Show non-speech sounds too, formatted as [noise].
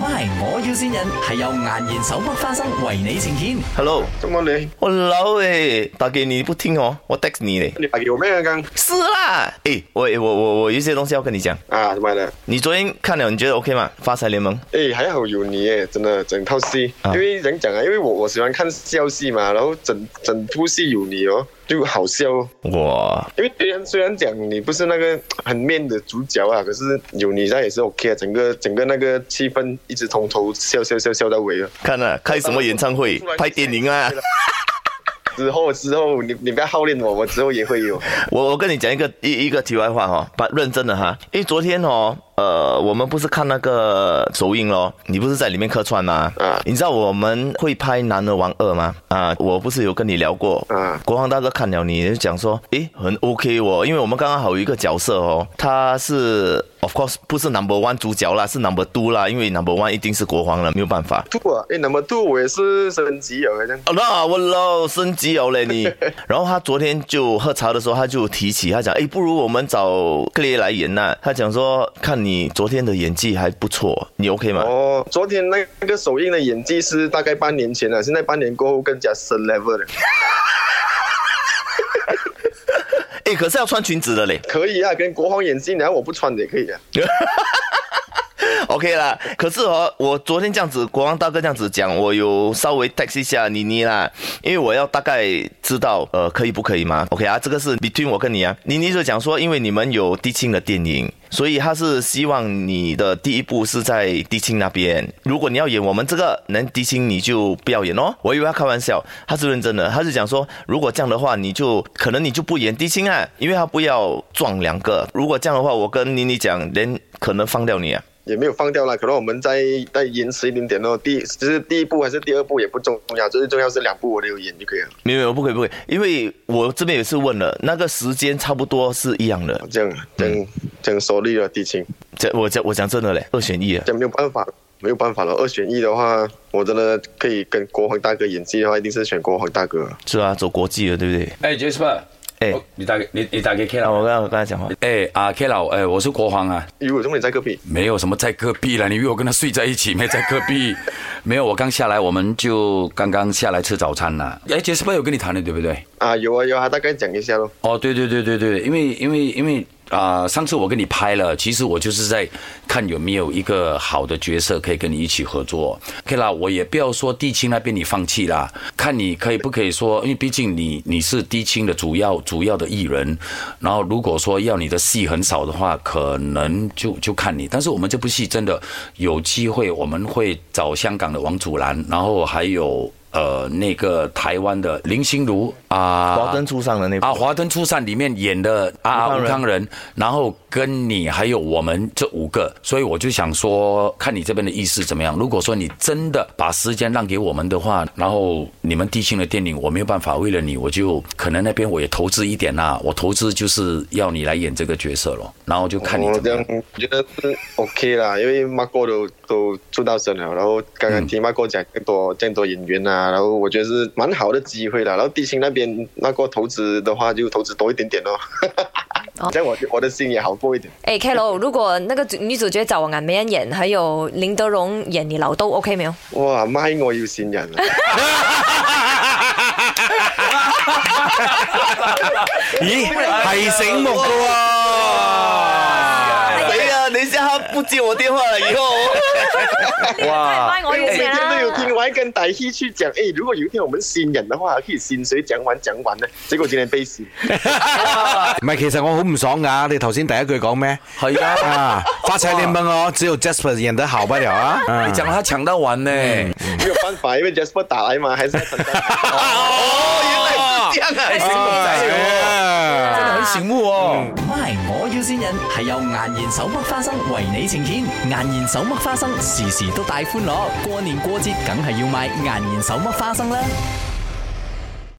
MY，我要先人係由顏然手剝花生為你呈現。 Hello，怎么嘞？我老诶，打给你不听哦，我 text 你嘞。你打给我妹啊刚是啦，诶，我诶我我我有一些东西要跟你讲。啊，怎么的？你昨天看了，你觉得 OK 吗？发财联盟哎，还好有你耶，真的整套戏，啊因为怎样讲啊？因为我我喜欢看笑戏嘛，然后整整部戏有你哦，就好笑哦。哇，因为虽然虽然讲你不是那个很面的主角啊，可是有你在也是 OK 啊，整个整个那个气氛一直从头笑笑笑笑到尾啊。看了、开什么演唱会出来，拍电影啊！之后之后你你不要好练我，我之后也会有。我我跟你讲一个一一个题外话哈、哦，把认真的哈，因为昨天哦，呃，我们不是看那个首映咯，你不是在里面客串吗？啊你知道我们会拍《男儿王二》吗？啊，我不是有跟你聊过，啊国王大哥看了你就讲说，诶，很 OK 哦，因为我们刚刚好有一个角色哦，他是 of course 不是 number one 主角啦，是 number two 啦，因为 number one 一定是国王了，没有办法。度啊，哎，那么度我也是升级了，好像哦，那我老升级了嘞你。然后他昨天就喝茶的时候，他就提起，他讲，诶，不如我们找克烈来演呐、他讲说，看你昨天的演技还不错，你 OK 吗？哦，昨天那那个首映的演技是大概半年前了，现在半年过后更加深 level 了。诶，哎可是要穿裙子的嘞。可以啊，跟国皇演技，然后我不穿的也可以啊。 [laughs] OK 啦，可是哦，我昨天这样子，国王大哥这样子讲，我有稍微 text 一下妮妮啦，因为我要大概知道，呃，可以不可以嘛？OK 啊，这个是 between 我跟你啊，妮妮就讲说，因为你们有低清的电影，所以他是希望你的第一部是在低清那边，如果你要演我们这个能低清，你就不要演哦。我以为他开玩笑，他是认真的，他是讲说，如果这样的话，你就可能你就不演低清啊，因为他不要撞两个。如果这样的话，我跟妮妮讲，连可能放掉你啊。也没有放掉啦，可能我们再再延迟一点点咯。第就是第一部还是第二部也不重要，最重要是两部我都有演就可以了。没有没有，不可以不可以，因为我这边也是问了，那个时间差不多是一样的。这样啊这样这样说利了地勤，这我讲我讲真的嘞，二选一啊。这样没有办法，没有办法了。二选一的话，我真的可以跟国皇大哥演技的话，一定是选国皇大哥。是啊，走国际了，对不对？哎，Jasper，哎哦你打给你你打给 K 啊，老，我刚刚我刚才讲话，哎啊 K 老，哎，我是国皇啊，如果重点在隔壁，没有什么在隔壁了，你以为我跟他睡在一起没？在隔 [laughs] 壁，没有，我刚下来，我们就刚刚下来吃早餐了。哎，Jasper 有跟你谈的对不对？啊，有啊有啊，大概讲一下咯。哦，对对对对对，因为因为因为啊、上次我跟你拍了，其实我就是在看有没有一个好的角色可以跟你一起合作。OK 啦，我也不要说地青那边你放弃啦，看你可以不可以说，因为毕竟你你是地青的主要主要的艺人，然后如果说要你的戏很少的话，可能就就看你。但是我们这部戏真的有机会，我们会找香港的王祖蓝，然后还有。呃，那个台湾的林心如啊，华灯初上的那部啊，《华灯初上》里面演的吴啊康吴仁康人，然后跟你还有我们这五个，所以我就想说，看你这边的意思怎么样。如果说你真的把时间让给我们的话，然后你们地心的电影，我没有办法为了你，我就可能那边我也投资一点啦、我投资就是要你来演这个角色咯，然后就看你我怎么这样哦样。我觉得是 OK 啦，因为马哥都都出道生了，然后刚刚听马哥讲更多更多演员啊，然后我觉得是蛮好的机会啦。然后地心那边那个投资的话，就投资多一点点咯， [laughs] 这样我就我的心也好过一点。哎 k l o 如果那个主女主角找俺没人演，还有林德荣演你老豆，OK 没有？哇，咪我要善人啊！咦，系醒目噶啊喎！死啊！等一下他不接我电话了，以后哇，拜我有每钱天都有啦！听完跟歹戏去讲，哎，如果有一天我们新人的话，可以新谁讲完讲完呢？结果今天被洗。唔係，其實我好唔爽㗎。你頭先第一句講咩？係啊啊，發財聯盟我只有 Jasper 演得好不了啊。啊你讲他抢到完呢、没有办法，因为 Jasper 打来嘛，还是要承担。 [laughs] 哦，原 [laughs] 来是这样啊！哎真的很醒目哦。嗯 MY，我要先人係由顏然手剝花生為你呈現。顏然手剝花生時時都大歡樂，過年過節梗係要買顏然手剝花生啦。